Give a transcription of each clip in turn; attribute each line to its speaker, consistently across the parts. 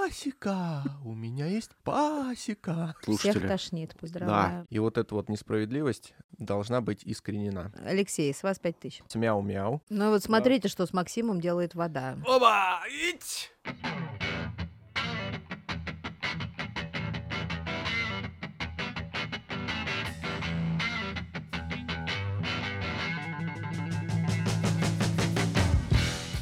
Speaker 1: Пасека, у меня есть пасека.
Speaker 2: Слушатели.
Speaker 3: Всех тошнит, поздравляю.
Speaker 1: И вот эта вот несправедливость должна быть искоренена.
Speaker 3: Алексей, с вас пять тысяч.
Speaker 1: Мяу-мяу.
Speaker 3: Ну и вот смотрите, что с Максимом делает вода.
Speaker 1: Оба! Ить!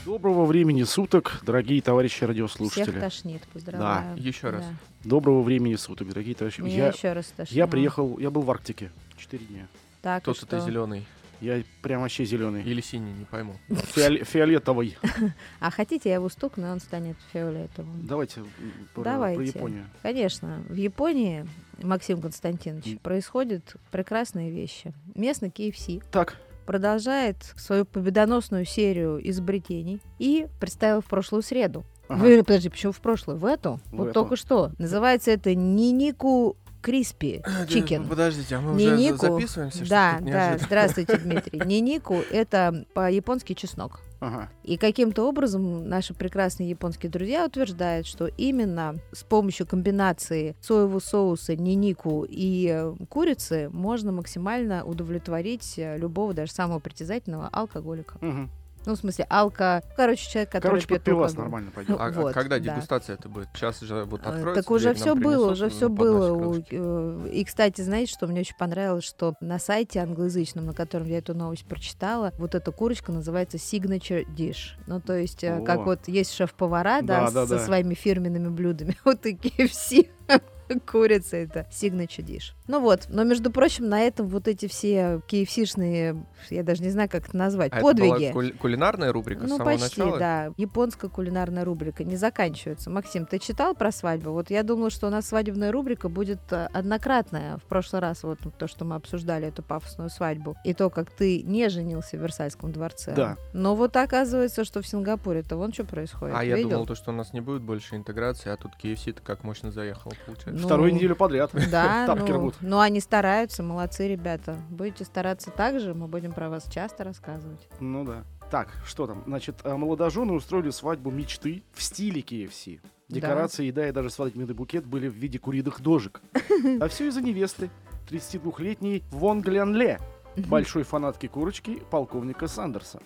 Speaker 2: Доброго времени суток, дорогие товарищи
Speaker 3: Всех
Speaker 2: радиослушатели.
Speaker 3: тошнит, поздравляю.
Speaker 1: Еще раз.
Speaker 3: Да.
Speaker 2: Доброго времени суток, дорогие товарищи.
Speaker 3: Меня
Speaker 2: Я,
Speaker 3: еще раз тошнит.
Speaker 2: я приехал, я был в Арктике четыре дня.
Speaker 3: Так,
Speaker 1: Тот,
Speaker 3: и
Speaker 1: что ты
Speaker 3: что?
Speaker 1: зеленый
Speaker 2: Я прям вообще зеленый,
Speaker 1: или синий, не пойму.
Speaker 2: Фиол- фиолетовый.
Speaker 3: А хотите, я его стукну, и он станет фиолетовым.
Speaker 2: Давайте м, про,
Speaker 3: Давайте.
Speaker 2: про Японию.
Speaker 3: Конечно, в Японии, Максим Константинович,
Speaker 2: М.
Speaker 3: происходят прекрасные вещи. Местный KFC
Speaker 2: Так,
Speaker 3: продолжает свою победоносную серию изобретений и представил в прошлую среду.
Speaker 2: ага.
Speaker 3: Вы- подожди, почему в прошлую? В эту?
Speaker 2: В
Speaker 3: вот
Speaker 2: эту.
Speaker 3: только что. Называется это Нинику Криспи
Speaker 2: Э,
Speaker 3: Чикен.
Speaker 1: Подождите, а мы
Speaker 3: Не
Speaker 1: уже за-
Speaker 3: Нику.
Speaker 1: записываемся? что
Speaker 3: Да,
Speaker 1: тут
Speaker 3: да,
Speaker 1: неожиданно?
Speaker 3: здравствуйте, Дмитрий. Нинику — это по-японски чеснок.
Speaker 2: ага.
Speaker 3: И каким-то образом наши прекрасные японские друзья утверждают, что именно с помощью комбинации соевого соуса, нинику и э, курицы можно максимально удовлетворить э, любого, даже самого притязательного алкоголика.
Speaker 2: Мгм.
Speaker 3: Ну, в смысле, алка... Короче, человек, который
Speaker 2: Короче,
Speaker 3: пьет Ну,
Speaker 2: под пивас
Speaker 3: алкоголь.
Speaker 2: нормально пойдет.
Speaker 1: А- а
Speaker 3: вот,
Speaker 1: когда
Speaker 3: да.
Speaker 1: дегустация это будет? Сейчас же вот
Speaker 3: Э,
Speaker 1: откроется
Speaker 3: Так уже
Speaker 1: дверь,
Speaker 3: все
Speaker 1: нам
Speaker 3: было,
Speaker 1: принесут
Speaker 3: уже
Speaker 1: на
Speaker 3: все
Speaker 1: подносе
Speaker 3: было. У-
Speaker 1: кружки.
Speaker 3: э, И, кстати, знаете, что мне очень понравилось, что на сайте англоязычном, на котором я эту новость прочитала, вот эта курочка называется signature dish. Ну, то есть, э, как
Speaker 2: О.
Speaker 3: вот есть шеф-повара, да,
Speaker 2: Да, да,
Speaker 3: со
Speaker 2: да.
Speaker 3: своими фирменными блюдами, вот такие все курица это signature dish. Ну вот, но между прочим, на этом вот эти все KFC-шные, я даже не знаю, как это назвать,
Speaker 1: А это была
Speaker 3: подвиги.
Speaker 1: куль- кулинарная рубрика с
Speaker 3: Ну,
Speaker 1: самого
Speaker 3: почти,
Speaker 1: начала?
Speaker 3: да. Японская кулинарная рубрика не заканчивается. Максим, ты читал про свадьбу? Вот я думала, что у нас свадебная рубрика будет э, однократная. В прошлый раз вот то, что мы обсуждали эту пафосную свадьбу, и то, как ты не женился в Версальском дворце.
Speaker 2: Да.
Speaker 3: Но вот оказывается, что в Сингапуре-то вон что происходит.
Speaker 1: А я
Speaker 3: Видел?
Speaker 1: думал, то, что у нас не будет больше интеграции, а тут KFC-то как мощно заехал, получается.
Speaker 3: Ну,
Speaker 2: Вторую неделю подряд.
Speaker 3: Да,
Speaker 2: Тапки
Speaker 3: ну,
Speaker 2: рвут.
Speaker 3: но они стараются, молодцы ребята. Будете стараться так же, мы будем про вас часто рассказывать.
Speaker 2: Ну да. Так, что там? Значит, а, молодожены устроили свадьбу мечты в стиле KFC.
Speaker 3: Да.
Speaker 2: Декорации, еда и даже свадебный букет были в виде куриных ножек. А все из-за невесты, 32-летней Вон Глянле, большой фанатки курочки полковника Сандерса.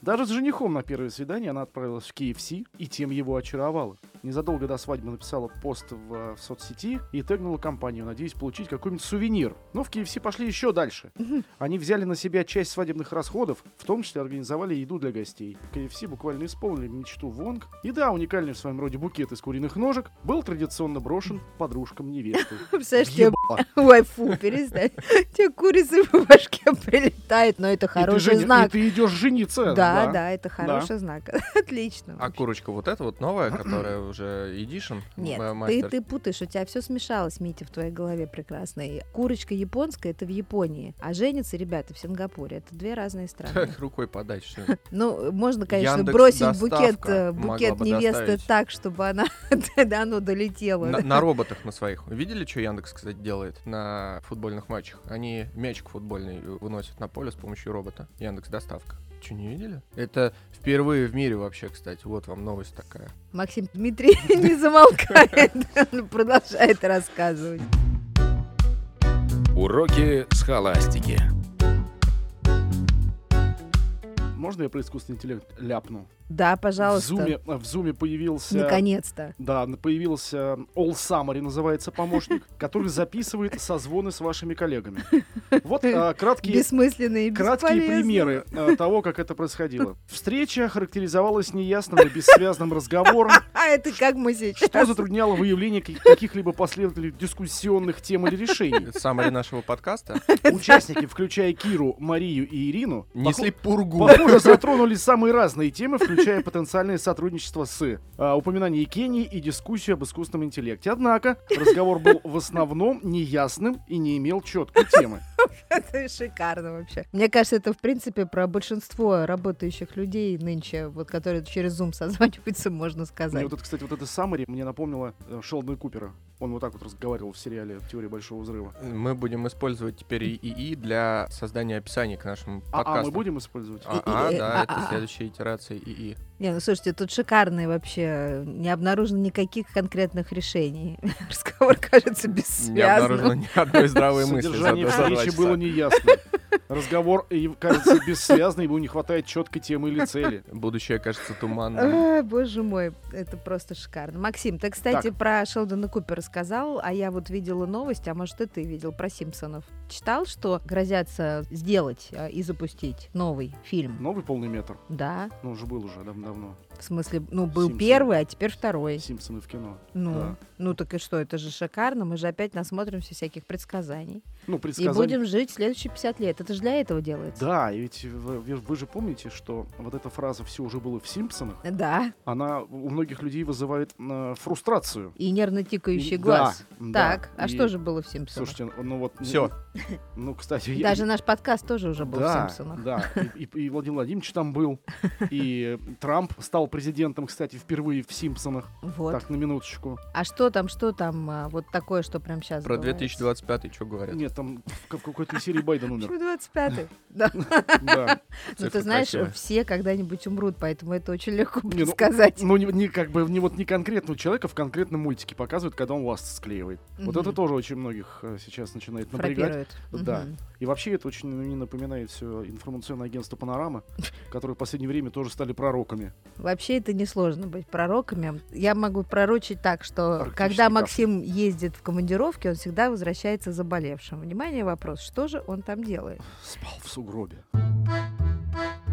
Speaker 2: Даже с женихом на первое свидание она отправилась в KFC и тем его очаровала. Незадолго до свадьбы написала пост в, э, в соцсети и тегнула компанию, надеясь получить какой-нибудь сувенир. Но в KFC пошли еще дальше. Они взяли на себя часть свадебных расходов, в том числе организовали еду для гостей. KFC буквально исполнили мечту Вонг. И да, уникальный в своем роде букет из куриных ножек был традиционно брошен подружкам невесты.
Speaker 3: Представляешь, тебе
Speaker 2: Въебало.
Speaker 3: Ой, фу, перестань. Тебе курицы в башке прилетает, но это
Speaker 2: И ты
Speaker 3: хороший
Speaker 2: жени-
Speaker 3: знак.
Speaker 2: И ты идешь жениться.
Speaker 3: Да, да, это хороший
Speaker 2: Да.
Speaker 3: знак. Отлично.
Speaker 1: А курочка вот эта вот новая, которая уже Edition?
Speaker 3: Нет,
Speaker 1: э,
Speaker 3: ты,
Speaker 1: мастер?
Speaker 3: ты путаешь, у тебя все смешалось, Митя, в твоей голове прекрасной. Курочка японская это в Японии, а женятся ребята в Сингапуре. Это две разные страны.
Speaker 1: Так, рукой подать, что ли?
Speaker 3: Ну, можно, конечно,
Speaker 1: Яндекс
Speaker 3: бросить
Speaker 1: доставка
Speaker 3: букет, э,
Speaker 1: могла
Speaker 3: букет
Speaker 1: бы
Speaker 3: невесты
Speaker 1: доставить.
Speaker 3: так, чтобы она да, оно долетело.
Speaker 1: На, на роботах на своих. Видели, что Яндекс, кстати, делает на футбольных матчах? Они мячик футбольный э, выносят на поле с помощью робота. Яндекс доставка. Что, не видели? Это впервые в мире вообще, кстати. Вот вам новость такая.
Speaker 3: Максим Дмитрий не замолкает, он продолжает рассказывать.
Speaker 4: Уроки схоластики.
Speaker 2: Можно я про искусственный интеллект ляпну?
Speaker 3: Да,
Speaker 2: В
Speaker 3: пожалуйста.
Speaker 2: зуме, э, в зуме появился...
Speaker 3: Наконец-то.
Speaker 2: Да, н- появился All Summary, называется помощник, который записывает созвоны с вашими коллегами. Вот а, краткие
Speaker 3: Бессмысленные и
Speaker 2: Краткие
Speaker 3: бесполезные.
Speaker 2: примеры э, того, как это происходило. Встреча характеризовалась неясным и бессвязным разговором,
Speaker 3: А это как мы сейчас?
Speaker 2: что затрудняло выявление ки- каких-либо последовательных дискуссионных тем или решений.
Speaker 1: Это саммари нашего подкаста.
Speaker 2: Участники, включая Киру, Марию и Ирину,
Speaker 1: Несли пургу.
Speaker 2: Похоже, затронули самые разные темы, включая потенциальное сотрудничество с а, упоминание Кении и дискуссию об искусственном интеллекте. Однако разговор был в основном неясным и не имел четкой темы.
Speaker 3: Это шикарно вообще. Мне кажется, это, в принципе, про большинство работающих людей нынче, вот, которые через Zoom созваниваются, можно
Speaker 2: Мне
Speaker 1: Ну,
Speaker 3: сказать.
Speaker 2: вот это, кстати, вот это саммари мне напомнило э, Шелдона Купера. Он вот так вот разговаривал в сериале «Теория большого взрыва».
Speaker 1: Мы будем использовать теперь и ИИ для создания описаний к нашему
Speaker 2: А, а мы
Speaker 1: подкасту.
Speaker 2: будем использовать?
Speaker 1: А, а,
Speaker 3: И- и-
Speaker 1: да,
Speaker 3: а, а, а.
Speaker 1: это следующая итерация ИИ.
Speaker 3: Не, ну слушайте, тут шикарные вообще. Не обнаружено никаких конкретных решений. Разговор кажется
Speaker 1: Не обнаружено
Speaker 3: бессвязным.
Speaker 1: ни одной здравой мысли. за
Speaker 2: Содержание
Speaker 1: два- за два
Speaker 2: встречи
Speaker 1: часа.
Speaker 2: было неясно. Разговор, и, кажется, бессвязный, ему не хватает четкой темы или цели.
Speaker 1: Будущее кажется туманным.
Speaker 3: Ай, боже мой, это просто шикарно. Максим, ты, кстати, про Шелдона Купера рассказал, а я вот видела новость, а может, и ты видел про Симпсонов. Читал, что грозятся сделать э, и запустить новый фильм?
Speaker 2: Новый полный метр.
Speaker 3: Да.
Speaker 2: Ну, уже был уже дав- давно.
Speaker 3: В смысле, ну, был
Speaker 2: Симпсоны.
Speaker 3: первый, а теперь второй.
Speaker 2: Симпсоны в кино.
Speaker 3: Ну,
Speaker 2: Да.
Speaker 3: ну так и что, это же шикарно, мы же опять насмотримся всяких предсказаний.
Speaker 2: Ну,
Speaker 3: И
Speaker 2: предсказание.
Speaker 3: будем жить следующие 50 лет. Это же для этого делается.
Speaker 2: Да, и ведь вы, вы- вы же помните, что вот эта фраза «все уже было в Симпсонах»,
Speaker 3: Да,
Speaker 2: она у многих людей вызывает э, фрустрацию.
Speaker 3: и нервно тикающий
Speaker 2: И-
Speaker 3: глаз.
Speaker 2: да, да.
Speaker 3: Так, а
Speaker 2: И-
Speaker 3: что же было в Симпсонах?
Speaker 2: Слушайте, ну вот... ну,
Speaker 1: Всё.
Speaker 2: Ну, кстати... я-
Speaker 3: Даже наш подкаст тоже уже был
Speaker 2: да,
Speaker 3: в Симпсонах.
Speaker 2: Да, и, и- и Владимир Владимирович там был, и э, Трамп стал президентом, кстати, впервые в «Симпсонах».
Speaker 3: Вот.
Speaker 2: Так, на минуточку.
Speaker 3: А что там, что там, а, вот такое, что прям сейчас
Speaker 1: Про 2025 что говорят?
Speaker 2: Нет, там в ка- в какой-то серии Байден умер.
Speaker 3: Почему 25
Speaker 2: Да.
Speaker 3: Да. Ну,
Speaker 1: Цифра
Speaker 3: ты знаешь,
Speaker 1: красивая.
Speaker 3: все когда-нибудь умрут, поэтому это очень легко
Speaker 2: Не, ну,
Speaker 3: предсказать.
Speaker 2: Ну, не, не как бы не вот не конкретного человека в конкретном мультике показывают, когда он ласт склеивает. Вот это
Speaker 3: Мгм.
Speaker 2: тоже очень многих э, сейчас начинает напрягать.
Speaker 3: Фрапирует.
Speaker 2: Да.
Speaker 3: Мгм.
Speaker 2: И вообще это очень мне напоминает все информационное агентство Панорама, которые в последнее время тоже стали пророками.
Speaker 3: Вообще это несложно быть пророками. Я могу пророчить так, что
Speaker 2: Практически
Speaker 3: когда
Speaker 2: так.
Speaker 3: Максим ездит в командировки, он всегда возвращается заболевшим. Внимание, вопрос, что же он там делает?
Speaker 2: Спал в сугробе.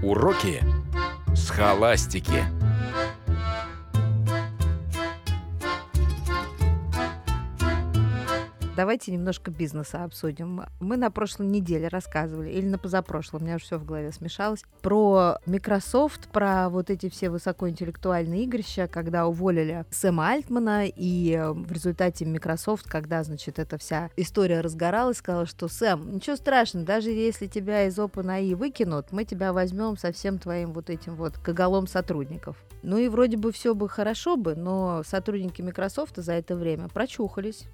Speaker 4: Уроки схоластики.
Speaker 3: Давайте немножко бизнеса обсудим. Мы на прошлой неделе рассказывали, или на позапрошлом, у меня уже все в голове смешалось, про Microsoft, про вот эти все высокоинтеллектуальные игрища, когда уволили Сэма Альтмана, и э, в результате Microsoft, когда, значит, эта вся история разгоралась, сказала, что Сэм, ничего страшного, даже если тебя из OpenAI выкинут, мы тебя возьмем со всем твоим вот этим вот коголом сотрудников. Ну и вроде бы все бы хорошо бы, но сотрудники Microsoft за это время прочухались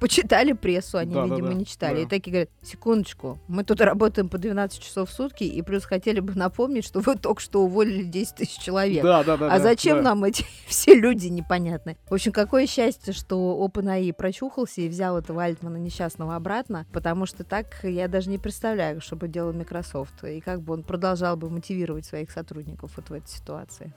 Speaker 3: почитали прессу, они,
Speaker 2: Да-да-да,
Speaker 3: видимо, не читали.
Speaker 2: да.
Speaker 3: И такие говорят, секундочку, мы тут работаем по 12 часов в сутки, и плюс хотели бы напомнить, что вы только что уволили 10 тысяч человек.
Speaker 2: Да, да, да.
Speaker 3: а
Speaker 2: да,
Speaker 3: зачем
Speaker 2: да.
Speaker 3: нам эти все люди непонятные? В общем, какое счастье, что OpenAI прочухался и взял этого Альтмана несчастного обратно, потому что так я даже не представляю, что бы делал Microsoft, и как бы он продолжал бы мотивировать своих сотрудников вот в этой ситуации.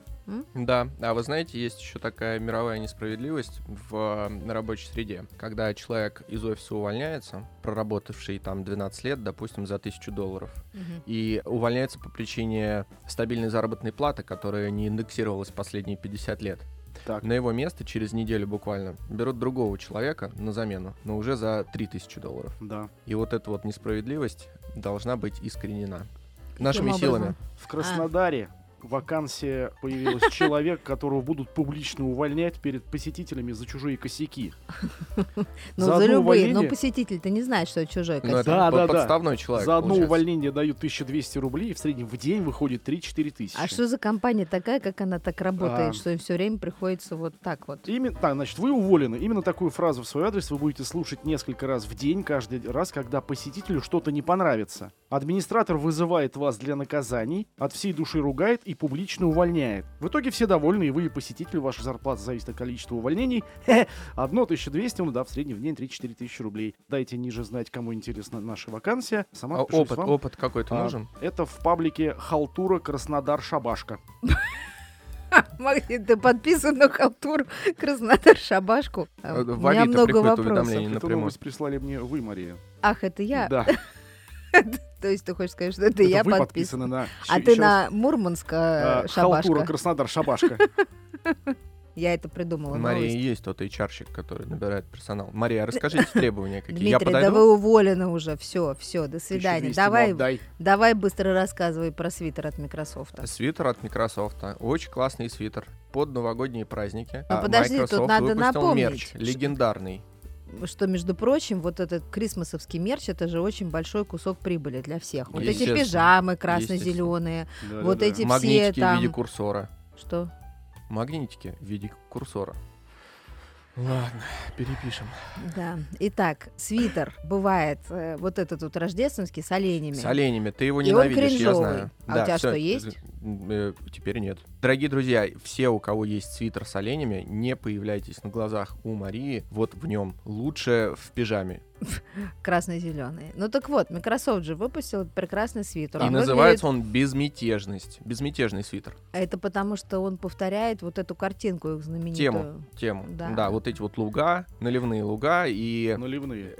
Speaker 1: Да, а вы знаете, есть еще такая мировая несправедливость в э, рабочей среде. Когда человек из офиса увольняется, проработавший там 12 лет, допустим, за 1000 долларов, и увольняется по причине стабильной заработной платы, которая не индексировалась последние 50 лет.
Speaker 2: Так.
Speaker 1: На его место через неделю буквально берут другого человека на замену, но уже за 3000 долларов.
Speaker 2: Да.
Speaker 1: И вот эта вот несправедливость должна быть искоренена.
Speaker 3: Каким
Speaker 1: Нашими
Speaker 3: образом?
Speaker 1: силами.
Speaker 2: В Краснодаре вакансия появилась человек, которого будут публично увольнять перед посетителями за чужие косяки.
Speaker 3: Ну,
Speaker 2: За
Speaker 3: за,
Speaker 2: одно
Speaker 3: любые. Но
Speaker 2: увольнение?
Speaker 3: посетитель-то не знает, что это чужой
Speaker 1: Но
Speaker 3: косяк.
Speaker 1: это
Speaker 2: Да,
Speaker 1: по-
Speaker 2: да, да.
Speaker 1: подставной человек.
Speaker 2: За одно
Speaker 1: получается.
Speaker 2: увольнение дают 1200 рублей, и в среднем в день выходит 3-4 тысячи.
Speaker 3: А что за компания такая, как она так работает,
Speaker 2: А.
Speaker 3: что им все время приходится вот так вот?
Speaker 2: Именно, так, значит, вы уволены. Именно такую фразу в свой адрес вы будете слушать несколько раз в день, каждый раз, когда посетителю что-то не понравится. Администратор вызывает вас для наказаний, от всей души ругает и публично увольняет. В итоге все довольны, и вы, и посетитель, ваша зарплата зависит от количества увольнений. Одно 1200, ну да, в среднем в день 3-4 тысячи рублей. Дайте ниже знать, кому интересна наша вакансия. Сама
Speaker 1: А
Speaker 2: отпишусь
Speaker 1: опыт,
Speaker 2: вам.
Speaker 1: опыт какой-то
Speaker 2: А,
Speaker 1: нужен?
Speaker 2: Это в паблике «Халтура Краснодар Шабашка».
Speaker 3: Максим, ты подписан на халтуру Краснодар Шабашку. А,
Speaker 1: Э,
Speaker 3: У меня
Speaker 1: Варваре-то
Speaker 3: много
Speaker 1: приходит
Speaker 3: вопросов.
Speaker 1: уведомление. Не
Speaker 2: Эту
Speaker 1: напрямую.
Speaker 2: новость прислали мне вы, Мария.
Speaker 3: Ах, это я?
Speaker 2: Да,
Speaker 3: То есть ты хочешь сказать, что это
Speaker 2: это
Speaker 3: я
Speaker 2: вы
Speaker 3: подписан?
Speaker 2: подписаны на...
Speaker 3: А
Speaker 2: Ещё-
Speaker 3: ты
Speaker 2: еще раз.
Speaker 3: на Мурманск э,
Speaker 2: А, Халтура,
Speaker 3: Шабашка.
Speaker 2: Краснодар, Шабашка.
Speaker 3: Я это придумала.
Speaker 1: Мария и
Speaker 3: новость.
Speaker 1: есть тот HR-щик, который набирает персонал. Мария, расскажите требования какие. Я
Speaker 3: Дмитрий, да
Speaker 1: подойду?
Speaker 3: вы уволены уже. Все, все, до свидания.
Speaker 2: 1200
Speaker 3: Давай,
Speaker 2: отдай.
Speaker 3: давай быстро рассказывай про свитер от Микрософта.
Speaker 1: Свитер от Microsoft. Очень классный свитер. Под новогодние праздники.
Speaker 3: Но
Speaker 1: а,
Speaker 3: Ну, подожди, тут
Speaker 1: Microsoft
Speaker 3: надо
Speaker 1: выпустил
Speaker 3: напомнить,
Speaker 1: мерч.
Speaker 3: что-
Speaker 1: Легендарный.
Speaker 3: что, между прочим, вот этот крисмосовский мерч это же очень большой кусок прибыли для всех. Вот эти
Speaker 1: Естественно.
Speaker 3: пижамы красно-зеленые,
Speaker 2: Да,
Speaker 3: вот
Speaker 2: да, да.
Speaker 3: эти все
Speaker 1: Магнитики в
Speaker 3: там.
Speaker 1: виде курсора.
Speaker 3: Что?
Speaker 1: Магнитики в виде курсора. Ладно, перепишем.
Speaker 3: Да. Итак, свитер бывает э, вот этот вот рождественский с оленями.
Speaker 1: С оленями. Ты его
Speaker 3: И он
Speaker 1: ненавидишь, я
Speaker 3: кринжовый.
Speaker 1: знаю.
Speaker 3: А у тебя что, есть?
Speaker 1: Э, Теперь нет. Дорогие друзья, все, у кого есть свитер с оленями, не появляйтесь на глазах у Марии вот в нем. Лучше в пижаме.
Speaker 3: Красно-зеленый. Ну так вот, Microsoft же выпустил прекрасный свитер.
Speaker 1: И
Speaker 3: Он
Speaker 1: называется он «Безмятежность». Безмятежный свитер.
Speaker 3: выглядит- Это потому, что он повторяет вот эту картинку их знаменитую.
Speaker 1: Тему. Тему.
Speaker 3: Да.
Speaker 1: Да. вот эти вот луга, наливные луга и ну,
Speaker 2: Наливные.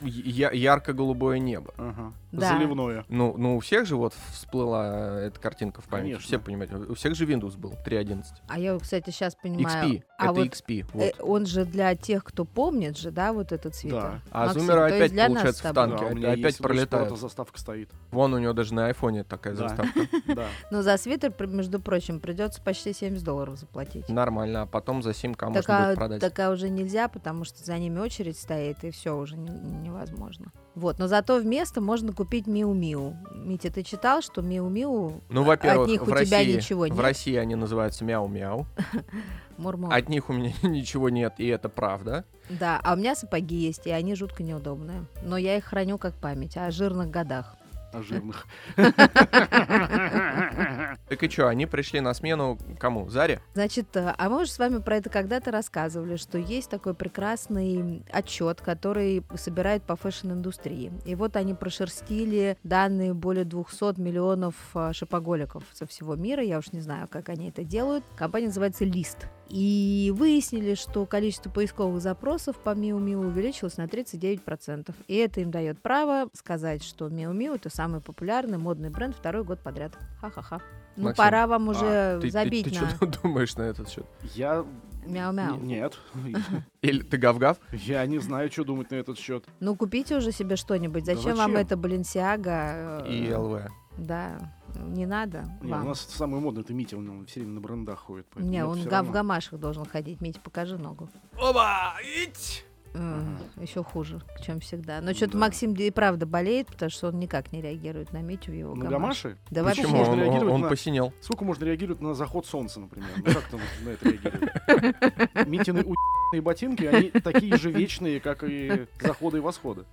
Speaker 1: я- ярко-голубое небо.
Speaker 2: Ага.
Speaker 3: Да.
Speaker 2: Заливное.
Speaker 1: Ну, ну, у всех же вот всплыла эта картинка в памяти.
Speaker 2: Конечно.
Speaker 1: Все понимаете. У всех же Windows был 3.11.
Speaker 3: А я, кстати, сейчас понимаю.
Speaker 1: XP.
Speaker 3: А
Speaker 1: это
Speaker 3: вот
Speaker 1: XP. Вот.
Speaker 3: э, он же для тех, кто помнит же, да, вот этот свитер.
Speaker 2: Да.
Speaker 1: А
Speaker 3: Максим,
Speaker 1: Зумера
Speaker 3: то есть
Speaker 1: опять,
Speaker 3: для нас
Speaker 1: получается,
Speaker 3: с
Speaker 1: в
Speaker 3: тобой.
Speaker 1: танке.
Speaker 2: Да, у меня
Speaker 1: опять
Speaker 2: есть
Speaker 1: пролетает.
Speaker 2: спорта заставка стоит.
Speaker 1: Вон у него даже на айфоне такая
Speaker 2: Да.
Speaker 1: заставка.
Speaker 2: Да.
Speaker 3: Ну, за свитер, пр- между прочим, придется почти 70 долларов заплатить.
Speaker 1: Нормально, а потом за 7к
Speaker 3: Так,
Speaker 1: можно
Speaker 3: а-
Speaker 1: будет продать.
Speaker 3: так, а уже нельзя, потому что за ними очередь стоит, и все уже не- невозможно. Вот, но зато вместо можно купить Миу-Миу. Митя, ты читал, что Миу-Миу
Speaker 1: Ну,
Speaker 3: от них
Speaker 1: во-первых, в,
Speaker 3: у тебя
Speaker 1: России,
Speaker 3: ничего нет?
Speaker 1: в России они называются мяу-мяу.
Speaker 3: мурмур?
Speaker 1: От них у меня ничего нет, и это правда.
Speaker 3: Да, а у меня сапоги есть, и они жутко неудобные. Но я их храню как память а о жирных годах.
Speaker 2: О жирных.
Speaker 1: Так и что, они пришли на смену кому? Заре?
Speaker 3: Значит, э, а мы уже с вами про это когда-то рассказывали, что есть такой прекрасный отчет, который собирают по фэшн-индустрии. И вот они прошерстили данные более 200 миллионов э, шопоголиков со всего мира. Я уж не знаю, как они это делают. Компания называется «Лист». И выяснили, что количество поисковых запросов по Миу-Миу увеличилось на 39%. И это им дает право сказать, что Миу-Миу — это самый популярный модный бренд второй год подряд. Ха-ха-ха. Ну,
Speaker 1: Максим,
Speaker 3: пора вам уже
Speaker 1: А, ты,
Speaker 3: забить на...
Speaker 1: что думаешь на этот счет?
Speaker 2: Я...
Speaker 3: Мяу-мяу.
Speaker 2: Н- Нет.
Speaker 1: Или ты гав-гав?
Speaker 2: Я не знаю, что думать на этот счет.
Speaker 3: Ну, купите уже себе что-нибудь.
Speaker 2: Да
Speaker 3: Зачем, вам
Speaker 2: зачем?
Speaker 3: это Баленсиага? Э,
Speaker 1: И
Speaker 2: Э.
Speaker 1: ЛВ.
Speaker 3: Да, не надо
Speaker 2: Не,
Speaker 3: вам.
Speaker 2: у нас самый модный это Митя, он все время на брендах ходит. поэтому
Speaker 3: Не,
Speaker 2: это
Speaker 3: он
Speaker 2: всё
Speaker 3: га- в
Speaker 2: равно.
Speaker 3: гамашах должен ходить. Митя, покажи ногу.
Speaker 1: Оба! Ить!
Speaker 2: Ага.
Speaker 3: Еще хуже, чем всегда. Но что-то
Speaker 2: Да.
Speaker 3: Максим да и правда болеет, потому что он никак не реагирует на Митю в его
Speaker 2: На
Speaker 3: гамаш.
Speaker 2: гамаши?
Speaker 3: Да вообще.
Speaker 1: Почему?
Speaker 2: можно
Speaker 1: Он, он-
Speaker 2: реагировать
Speaker 1: он
Speaker 2: на-
Speaker 1: посинел.
Speaker 2: Сколько можно реагировать на заход солнца, например? Ну, как там на это реагирует? Митины уебанные ботинки, они такие же вечные, как и заходы и восходы.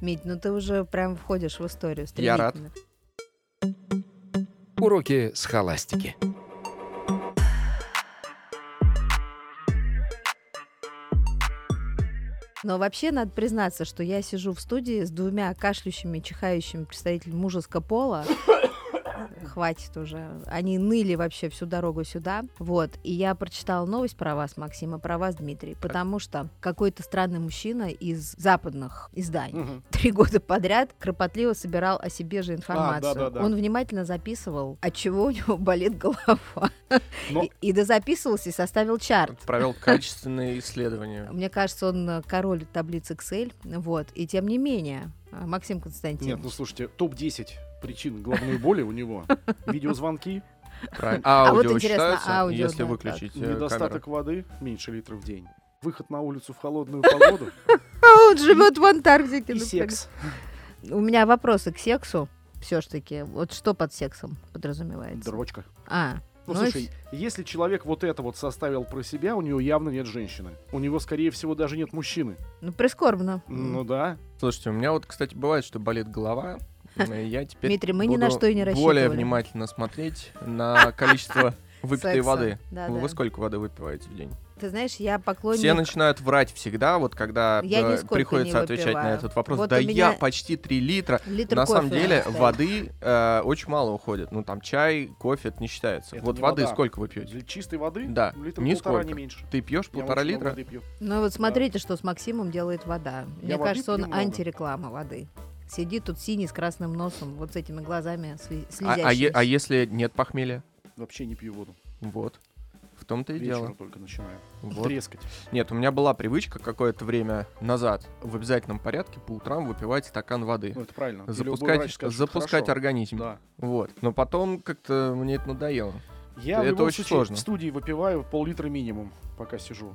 Speaker 3: Мить, ну ты уже прям входишь в историю
Speaker 1: Я рад.
Speaker 3: стремительно.
Speaker 4: Уроки с холастики.
Speaker 3: Но вообще надо признаться, что я сижу в студии с двумя кашляющими, чихающими представителями мужеского пола. Хватит уже. Они ныли вообще всю дорогу сюда. Вот. И я прочитала новость про вас, Максим, и про вас, Дмитрий. Потому что какой-то странный мужчина из западных изданий
Speaker 2: Мгм.
Speaker 3: три года подряд кропотливо собирал о себе же информацию.
Speaker 2: да-да-да.
Speaker 3: Он внимательно записывал, от чего у него болит голова.
Speaker 2: Но-
Speaker 3: И, и дозаписывался и составил чарт.
Speaker 1: Провел качественные исследования.
Speaker 3: Мне кажется, он э, король таблиц Excel. Вот. И тем не менее, а, Максим
Speaker 2: Нет,
Speaker 3: Константинович.
Speaker 2: ну слушайте, топ-10 причин головной боли у него. Видеозвонки,
Speaker 1: Правильно.
Speaker 3: А вот
Speaker 1: Аудио
Speaker 3: интересно,
Speaker 1: считается,
Speaker 3: аудио,
Speaker 1: если
Speaker 3: да, так.
Speaker 1: выключить э, камеру.
Speaker 2: недостаток воды, меньше литров в день. Выход на улицу в холодную погоду
Speaker 3: А, он живет в Антарктике.
Speaker 2: и
Speaker 3: например.
Speaker 2: секс.
Speaker 3: У меня вопросы к сексу. Все-таки, вот что под сексом подразумевается?
Speaker 2: Дрочка.
Speaker 3: А,
Speaker 2: Ну,
Speaker 3: Ну,
Speaker 2: слушай, если человек вот это вот составил про себя, у него явно нет женщины. У него, скорее всего, даже нет мужчины.
Speaker 3: ну прискорбно.
Speaker 2: Ну да.
Speaker 1: Слушайте, у меня вот, кстати, бывает, что болит голова. Э, Я теперь
Speaker 3: Дмитрий, мы ни
Speaker 1: буду
Speaker 3: на что и не рассчитывали.
Speaker 1: более внимательно смотреть на количество выпитой
Speaker 3: Секса.
Speaker 1: воды.
Speaker 3: Да,
Speaker 1: Вы
Speaker 3: да.
Speaker 1: вы сколько воды выпиваете в день?
Speaker 3: Ты знаешь, я поклонник...
Speaker 1: Все начинают врать всегда, вот когда
Speaker 3: Я
Speaker 1: э,
Speaker 3: нисколько
Speaker 1: приходится
Speaker 3: не
Speaker 1: отвечать на
Speaker 3: выпиваю.
Speaker 1: этот вопрос.
Speaker 3: Вот
Speaker 1: да
Speaker 3: у меня
Speaker 1: я почти 3 литра.
Speaker 3: литр
Speaker 1: на самом
Speaker 3: кофе у
Speaker 1: деле
Speaker 3: меня стоит.
Speaker 1: воды э, очень мало уходит. Ну там чай, кофе, это не считается.
Speaker 2: Это
Speaker 1: вот
Speaker 2: не
Speaker 1: воды
Speaker 2: вода.
Speaker 1: сколько вы пьете?
Speaker 2: Для чистой воды
Speaker 1: Да,
Speaker 2: литр полтора,
Speaker 1: нисколько.
Speaker 2: не меньше.
Speaker 1: Ты пьешь
Speaker 2: Я
Speaker 1: полтора
Speaker 2: очень
Speaker 1: литра?
Speaker 2: много воды пью.
Speaker 3: Ну вот смотрите, что с Максимом делает вода. Мне
Speaker 2: воды
Speaker 3: кажется, он
Speaker 2: пью много.
Speaker 3: антиреклама воды. Сидит тут синий с красным носом, вот с этими глазами сли-
Speaker 1: А, а е-
Speaker 3: слезящимися.
Speaker 1: а если нет похмелья?
Speaker 2: Вообще не пью воду.
Speaker 1: Вот. В том-то и
Speaker 2: Вечером
Speaker 1: дело.
Speaker 2: только начинаю.
Speaker 1: Вот.
Speaker 2: Трескать.
Speaker 1: Нет, у меня была привычка какое-то время назад в обязательном порядке по утрам выпивать стакан воды.
Speaker 2: Ну, это правильно. И любой
Speaker 1: Запускать,
Speaker 2: врач скажет, что
Speaker 1: запускать
Speaker 2: хорошо.
Speaker 1: организм.
Speaker 2: Да.
Speaker 1: Вот. Но потом как-то мне это надоело.
Speaker 2: Я в
Speaker 1: Это
Speaker 2: любом
Speaker 1: очень
Speaker 2: случае
Speaker 1: сложно.
Speaker 2: в студии выпиваю пол-литра минимум, пока сижу.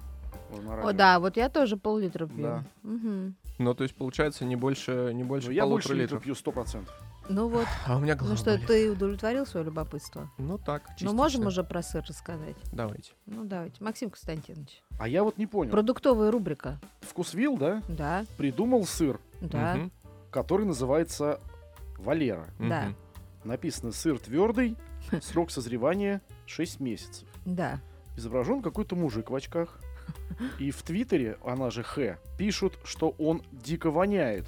Speaker 2: Вот на радио.
Speaker 3: О, да, вот я тоже пол-литра пью.
Speaker 2: Да.
Speaker 3: Мгм.
Speaker 1: Ну, то есть, получается, не больше, не
Speaker 2: Но
Speaker 1: больше
Speaker 2: я больше
Speaker 1: полутора
Speaker 2: литра
Speaker 1: литров.
Speaker 2: пью 100%.
Speaker 3: Ну вот,
Speaker 1: А у меня голова
Speaker 3: ну что,
Speaker 1: болит.
Speaker 3: ты удовлетворил свое любопытство?
Speaker 1: Ну так,
Speaker 3: Ну
Speaker 1: частично.
Speaker 3: можем уже про сыр рассказать?
Speaker 1: Давайте.
Speaker 3: Ну давайте. Максим Константинович,
Speaker 2: А я вот не понял.
Speaker 3: продуктовая рубрика.
Speaker 2: Вкусвилл, да,
Speaker 3: Да,
Speaker 2: придумал сыр,
Speaker 3: да.
Speaker 1: Мгм,
Speaker 2: который называется Валера.
Speaker 1: мгм.
Speaker 3: Да.
Speaker 2: Написано «сыр твердый, срок созревания 6 месяцев».
Speaker 3: Да.
Speaker 2: Изображен какой-то мужик в очках. И в Твиттере, она же Хэ, пишут, что он дико воняет.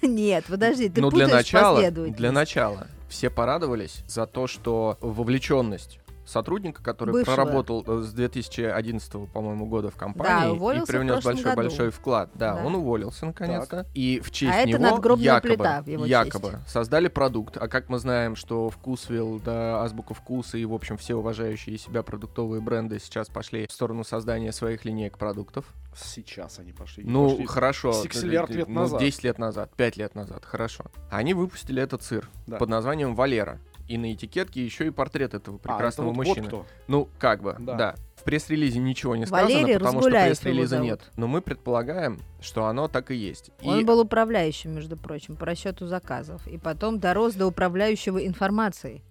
Speaker 3: Нет, подожди, ты
Speaker 1: ну, для
Speaker 3: путаешь
Speaker 1: начала,
Speaker 3: последовательность.
Speaker 1: для начала все порадовались за то, что вовлеченность сотрудника, который
Speaker 3: Бывшего.
Speaker 1: проработал э, с 2011, по-моему, года в
Speaker 3: Да,
Speaker 1: компании и
Speaker 3: уволился в
Speaker 1: привнес
Speaker 3: прошлом
Speaker 1: большой большой
Speaker 3: году.
Speaker 1: вклад. Да,
Speaker 3: Да.
Speaker 1: он уволился наконец-то. И в честь
Speaker 3: А это
Speaker 1: него
Speaker 3: надгробная
Speaker 1: якобы,
Speaker 3: плита в его
Speaker 1: якобы создали продукт. А как мы знаем, что вкусвилл, да, азбука вкуса и в общем все уважающие себя продуктовые бренды сейчас пошли в сторону создания своих линеек продуктов.
Speaker 2: Сейчас они пошли.
Speaker 1: Ну,
Speaker 2: пошли.
Speaker 1: хорошо.
Speaker 2: с XLR
Speaker 1: ты-
Speaker 2: лет
Speaker 1: ну,
Speaker 2: назад.
Speaker 1: 10 лет назад, 5 лет назад, хорошо. Они выпустили этот сыр
Speaker 2: Да.
Speaker 1: под названием «Валера». И на этикетке еще и портрет этого
Speaker 2: А, это
Speaker 1: прекрасного
Speaker 2: вот- вот
Speaker 1: мужчины.
Speaker 2: кто.
Speaker 1: Ну, как бы, да.
Speaker 2: Да.
Speaker 1: В пресс-релизе ничего не сказано,
Speaker 3: Валерий
Speaker 1: потому что
Speaker 3: Разгуляев
Speaker 1: пресс-релиза
Speaker 3: его
Speaker 1: нет.
Speaker 3: зовут.
Speaker 1: Но мы предполагаем, что оно так и есть. И
Speaker 3: Он был управляющим, между прочим, по расчету заказов. И потом дорос до управляющего информацией.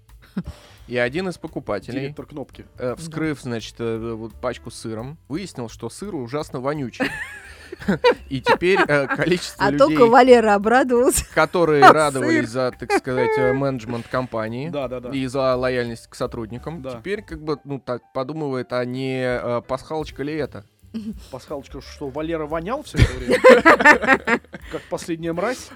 Speaker 1: И один из покупателей,
Speaker 2: Директор кнопки.
Speaker 1: э, вскрыв, значит, э, вот пачку с сыром, выяснил, что сыр ужасно вонючий. И теперь э, количество
Speaker 3: А
Speaker 1: людей,
Speaker 3: только Валера обрадовался.
Speaker 1: которые
Speaker 3: Сыр.
Speaker 1: радовались за, так сказать, э, менеджмент компании,
Speaker 2: Да, да, да.
Speaker 1: и за лояльность к сотрудникам.
Speaker 2: Да.
Speaker 1: Теперь как бы, ну так, подумывает, а не э, пасхалочка ли это?
Speaker 2: Пасхалочка, что Валера вонял все это время. Как последняя мразь.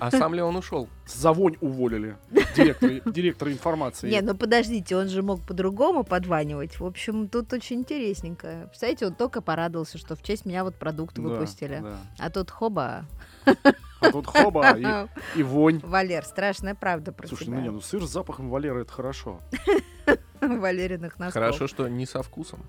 Speaker 1: А сам ли он ушел?
Speaker 2: За вонь уволили. Директор- Директора информации.
Speaker 3: Не, ну подождите, он же мог по-другому подванивать. В общем, тут очень интересненько. Представляете, он только порадовался, что в честь меня вот продукт
Speaker 2: Да,
Speaker 3: выпустили.
Speaker 2: да.
Speaker 3: А тут хоба.
Speaker 2: А тут хоба и- и вонь.
Speaker 3: Валер, страшная правда про
Speaker 2: Слушай,
Speaker 3: тебя.
Speaker 2: ну не, ну сыр с запахом Валеры это хорошо.
Speaker 3: Валериных носков.
Speaker 1: Хорошо, что не со вкусом.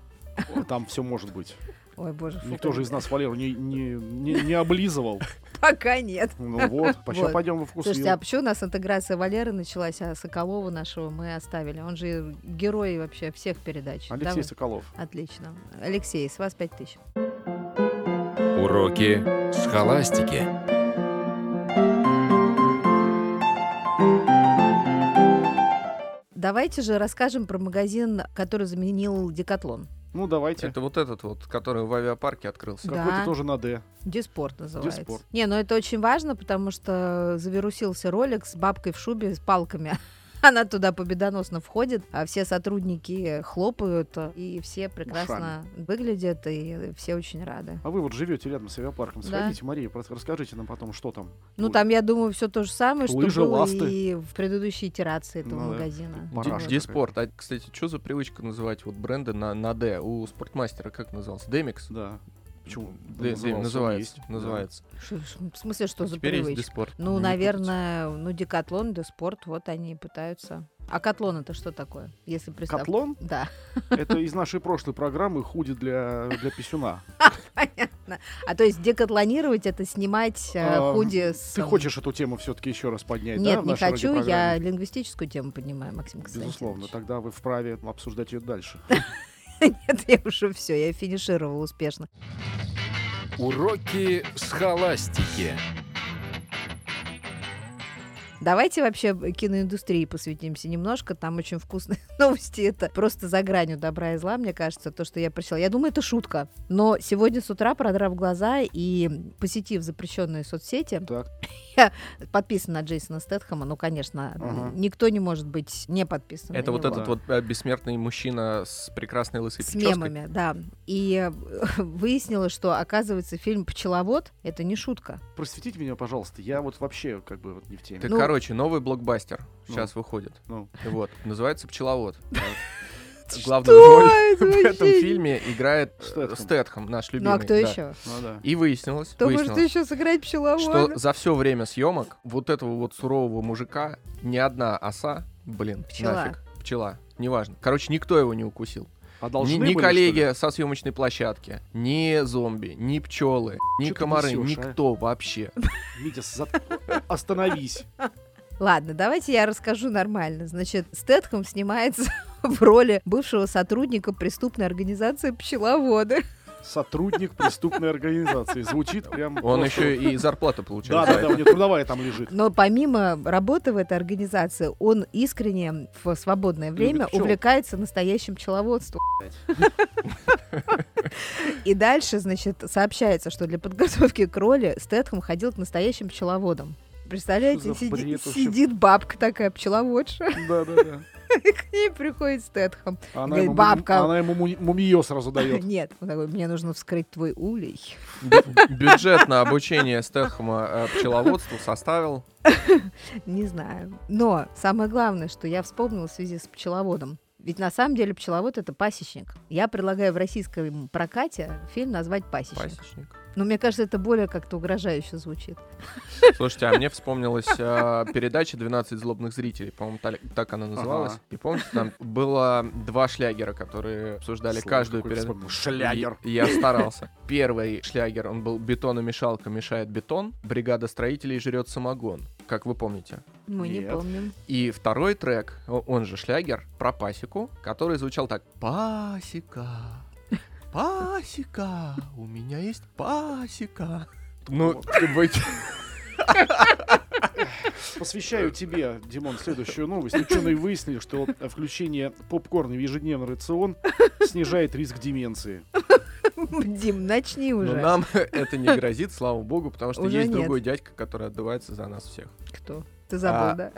Speaker 2: Там все может быть.
Speaker 3: Ой, боже, фу,
Speaker 2: Никто же из нас Валеру не, не, не, не облизывал.
Speaker 3: Пока нет.
Speaker 2: Ну вот,
Speaker 3: Вот.
Speaker 2: сейчас пойдем во вкус.
Speaker 3: Слушайте, а почему у нас интеграция Валеры началась, а Соколова нашего мы оставили? Он же герой вообще всех передач.
Speaker 2: Алексей
Speaker 3: а Давай.
Speaker 2: Соколов.
Speaker 3: Отлично. Алексей, с вас 5000.
Speaker 4: Уроки схоластики.
Speaker 3: Давайте же расскажем про магазин, который заменил Декатлон.
Speaker 2: Ну давайте.
Speaker 1: Это вот этот вот, который в авиапарке открылся.
Speaker 3: Да.
Speaker 2: Какой-то тоже на Д.
Speaker 3: Диспорт называется.
Speaker 2: Диспорт.
Speaker 3: Не, ну это очень важно, потому что завирусился ролик с бабкой в шубе с палками. Она туда победоносно входит, а все сотрудники хлопают, и все прекрасно выглядят, и все очень рады.
Speaker 2: А вы вот живете рядом с авиапарком.
Speaker 3: Да.
Speaker 2: Сходите, Мария, просто расскажите нам потом, что там.
Speaker 3: Ну,
Speaker 2: Ой,
Speaker 3: там, я думаю, все то же самое, что
Speaker 2: Лыжи,
Speaker 3: было
Speaker 2: ласты.
Speaker 3: и в предыдущей итерации этого
Speaker 2: Ну да.
Speaker 3: магазина.
Speaker 1: Ди-
Speaker 2: Парашка
Speaker 1: Диспорт. А, кстати, что за привычка называть вот бренды на, на D? У спортмастера как назывался? Демикс?
Speaker 2: Да. Почему?
Speaker 1: Д-
Speaker 2: Назывался, он
Speaker 1: Дем- называется.
Speaker 2: есть. Да.
Speaker 1: называется. А
Speaker 3: Ш- ш- В смысле, что за
Speaker 1: Теперь есть
Speaker 3: привычка?
Speaker 1: Диспорт.
Speaker 3: Ну,
Speaker 2: Не
Speaker 3: наверное, ну, декатлон, деспорт, вот они и пытаются. А катлон это что такое? Если представь...
Speaker 2: Котлон
Speaker 3: Да,
Speaker 2: — это из нашей прошлой программы худи для, для писюна.
Speaker 3: понятно. А то есть декатлонировать это снимать э,
Speaker 2: А,
Speaker 3: худи с...
Speaker 2: Ты
Speaker 3: эм,
Speaker 2: хочешь эту тему все-таки еще раз поднять, да,
Speaker 3: Нет,
Speaker 2: в
Speaker 3: не
Speaker 2: нашей
Speaker 3: хочу, я
Speaker 2: радиопрограмме?
Speaker 3: лингвистическую тему поднимаю, Максим Константинович.
Speaker 2: Безусловно, тогда вы вправе обсуждать ее дальше.
Speaker 3: Нет, я уже все, я финишировала успешно.
Speaker 4: Уроки схоластики.
Speaker 3: Давайте вообще киноиндустрии посвятимся немножко. Там очень вкусные новости. Это просто за гранью добра и зла, мне кажется, то, что я прочитала. Я думаю, это шутка. Но сегодня с утра, продрав глаза и посетив запрещенные соцсети,
Speaker 2: Так.
Speaker 3: я подписана на Джейсона Стэтхэма. Ну, конечно,
Speaker 2: Ага.
Speaker 3: никто не может быть Ну, не подписан. на
Speaker 1: Это вот
Speaker 3: него.
Speaker 1: этот вот э, бессмертный мужчина с прекрасной лысой
Speaker 3: С
Speaker 1: прической.
Speaker 3: мемами, да. И э, выяснилось, что, оказывается, фильм «Пчеловод» — это не шутка.
Speaker 2: Просветите меня, пожалуйста, я вот вообще как бы вот не в теме.
Speaker 1: Так,
Speaker 3: Ну-
Speaker 1: короче, новый блокбастер
Speaker 2: Ну.
Speaker 1: сейчас выходит.
Speaker 2: Ну.
Speaker 1: Вот. Называется «Пчеловод».
Speaker 3: Что
Speaker 1: Главную роль
Speaker 3: это
Speaker 1: в этом
Speaker 3: вообще?
Speaker 1: фильме играет
Speaker 2: Стэтхэм.
Speaker 1: э, Стэтхэм, наш любимый.
Speaker 3: Ну, а кто
Speaker 1: да.
Speaker 3: еще?
Speaker 2: Ну да.
Speaker 1: И выяснилось,
Speaker 3: Кто может
Speaker 1: выяснилось,
Speaker 3: еще сыграть пчеловода?
Speaker 1: что за все время съемок вот этого вот сурового мужика ни одна оса, блин,
Speaker 3: Пчела.
Speaker 1: нафиг, пчела, неважно. Короче, никто его не укусил.
Speaker 2: А
Speaker 1: Ни,
Speaker 2: должны
Speaker 1: ни
Speaker 2: были,
Speaker 1: коллеги со съемочной площадки, ни зомби, ни пчелы, ни
Speaker 2: Чё ты
Speaker 1: комары,
Speaker 2: несёшь, а?
Speaker 1: никто вообще.
Speaker 2: что ли? Митя, зат- остановись.
Speaker 3: Ладно, давайте я расскажу нормально. Значит, Стэтхэм снимается в роли бывшего сотрудника преступной организации «Пчеловоды».
Speaker 2: сотрудник преступной организации. Звучит прям...
Speaker 1: Он еще и зарплату получил.
Speaker 2: Да,
Speaker 1: за
Speaker 2: да, да,
Speaker 1: это.
Speaker 2: у него трудовая там лежит.
Speaker 3: Но помимо работы в этой организации, он искренне в свободное
Speaker 2: Любит
Speaker 3: время
Speaker 2: пчел.
Speaker 3: увлекается настоящим пчеловодством. И дальше, значит, сообщается, что для подготовки к роли Стэтхэм ходил к настоящим пчеловодам. Представляете,
Speaker 2: Что за
Speaker 3: сиди-
Speaker 2: бред вообще?
Speaker 3: сидит бабка такая пчеловодша,
Speaker 2: Да, да, да.
Speaker 3: и к ней приходит Стэтхэм.
Speaker 2: Она
Speaker 3: Говорит,
Speaker 2: ему му-
Speaker 3: «Бабка».
Speaker 2: Она ему му- мумиё сразу дает.
Speaker 3: Нет, он такой, мне нужно вскрыть твой улей.
Speaker 1: Бю- Бюджет на обучение Стэтхэма э, пчеловодству составил
Speaker 3: Не знаю. Но самое главное, что я вспомнила в связи с пчеловодом. Ведь на самом деле пчеловод это пасечник. Я предлагаю в российском прокате фильм назвать пасечник.
Speaker 1: пасечник.
Speaker 3: Но мне кажется, это более как-то угрожающе звучит.
Speaker 1: Слушайте, а мне вспомнилась э, передача «12 злобных зрителей», по-моему, та- так она называлась.
Speaker 2: Ага.
Speaker 1: И помните, там было два шлягера, которые обсуждали
Speaker 2: Слушай,
Speaker 1: каждую
Speaker 2: какой ты
Speaker 1: передачу.
Speaker 2: вспомнил. Шлягер.
Speaker 1: И- и Я старался. Первый шлягер, он был «Бетономешалка мешает бетон», «Бригада строителей жрет самогон», как вы помните.
Speaker 3: Мы не
Speaker 2: Нет.
Speaker 3: помним.
Speaker 1: И второй трек, о- он же шлягер, про пасеку, который звучал так. Пасека, пасека, у меня есть пасека. Ну, быть,
Speaker 2: Посвящаю тебе, Димон, следующую новость. Ученые выяснили, что включение попкорна в ежедневный рацион снижает риск деменции.
Speaker 3: Дим, начни
Speaker 1: но
Speaker 3: уже.
Speaker 1: нам это не грозит, слава богу, потому что
Speaker 3: Уже
Speaker 1: есть
Speaker 3: нет.
Speaker 1: другой дядька, который отдувается за нас всех.
Speaker 3: Кто? Ты забыл,
Speaker 1: А.
Speaker 3: да?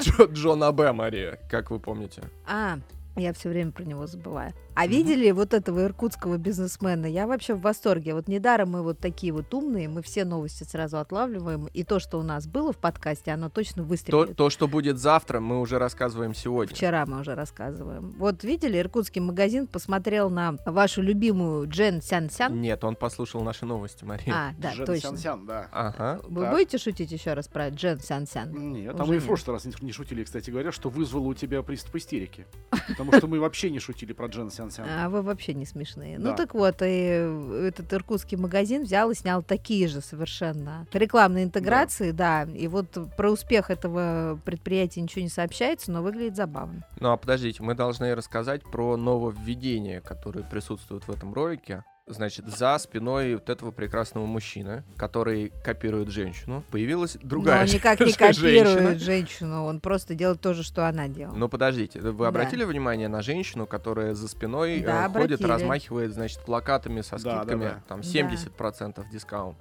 Speaker 1: Джо, Джон Абе Мария, как вы помните.
Speaker 3: А, я все время про него забываю. А видели вот этого иркутского бизнесмена? Я вообще в восторге. Вот недаром мы вот такие вот умные, мы все новости сразу отлавливаем. И то, что у нас было в подкасте, оно точно
Speaker 1: То,
Speaker 3: выстрелит.
Speaker 1: то, что будет завтра, мы уже рассказываем сегодня.
Speaker 3: Вчера мы уже рассказываем. Вот видели, иркутский магазин посмотрел на вашу любимую Джен Сян-Сян.
Speaker 1: Нет, он послушал наши новости, Мария.
Speaker 3: А, да,
Speaker 2: Жен
Speaker 3: точно.
Speaker 2: Сян-Сян, да.
Speaker 1: Ага.
Speaker 3: Вы
Speaker 2: Так.
Speaker 3: будете шутить еще раз про Джен Сян-Сян?
Speaker 2: Нет, а
Speaker 3: Уже
Speaker 2: мы и
Speaker 3: нет.
Speaker 2: в прошлый раз не- не шутили, кстати говоря, что вызвало у тебя приступ истерики. Потому что мы вообще не шутили про Джен Сян-Сян.
Speaker 3: А вы вообще не смешные. Ну
Speaker 2: Да.
Speaker 3: так вот, и этот иркутский магазин взял и снял такие же совершенно рекламные интеграции, да. И вот про успех этого предприятия ничего не сообщается, но выглядит забавно.
Speaker 1: Ну а подождите, мы должны рассказать про нововведения, которые присутствуют в этом ролике. Значит, за спиной вот этого прекрасного мужчины, который копирует женщину, появилась другая
Speaker 3: но он никак не
Speaker 1: женщина.
Speaker 3: копирует женщину, он просто делает то же, что она делала.
Speaker 1: Но подождите, вы
Speaker 3: Да.
Speaker 1: обратили внимание на женщину, которая за спиной э,
Speaker 3: Да,
Speaker 1: ходит,
Speaker 3: обратили.
Speaker 1: размахивает, значит, плакатами со
Speaker 2: Да, да,
Speaker 1: скидками,
Speaker 2: да.
Speaker 1: там
Speaker 3: Да.
Speaker 1: 70% дискаунт,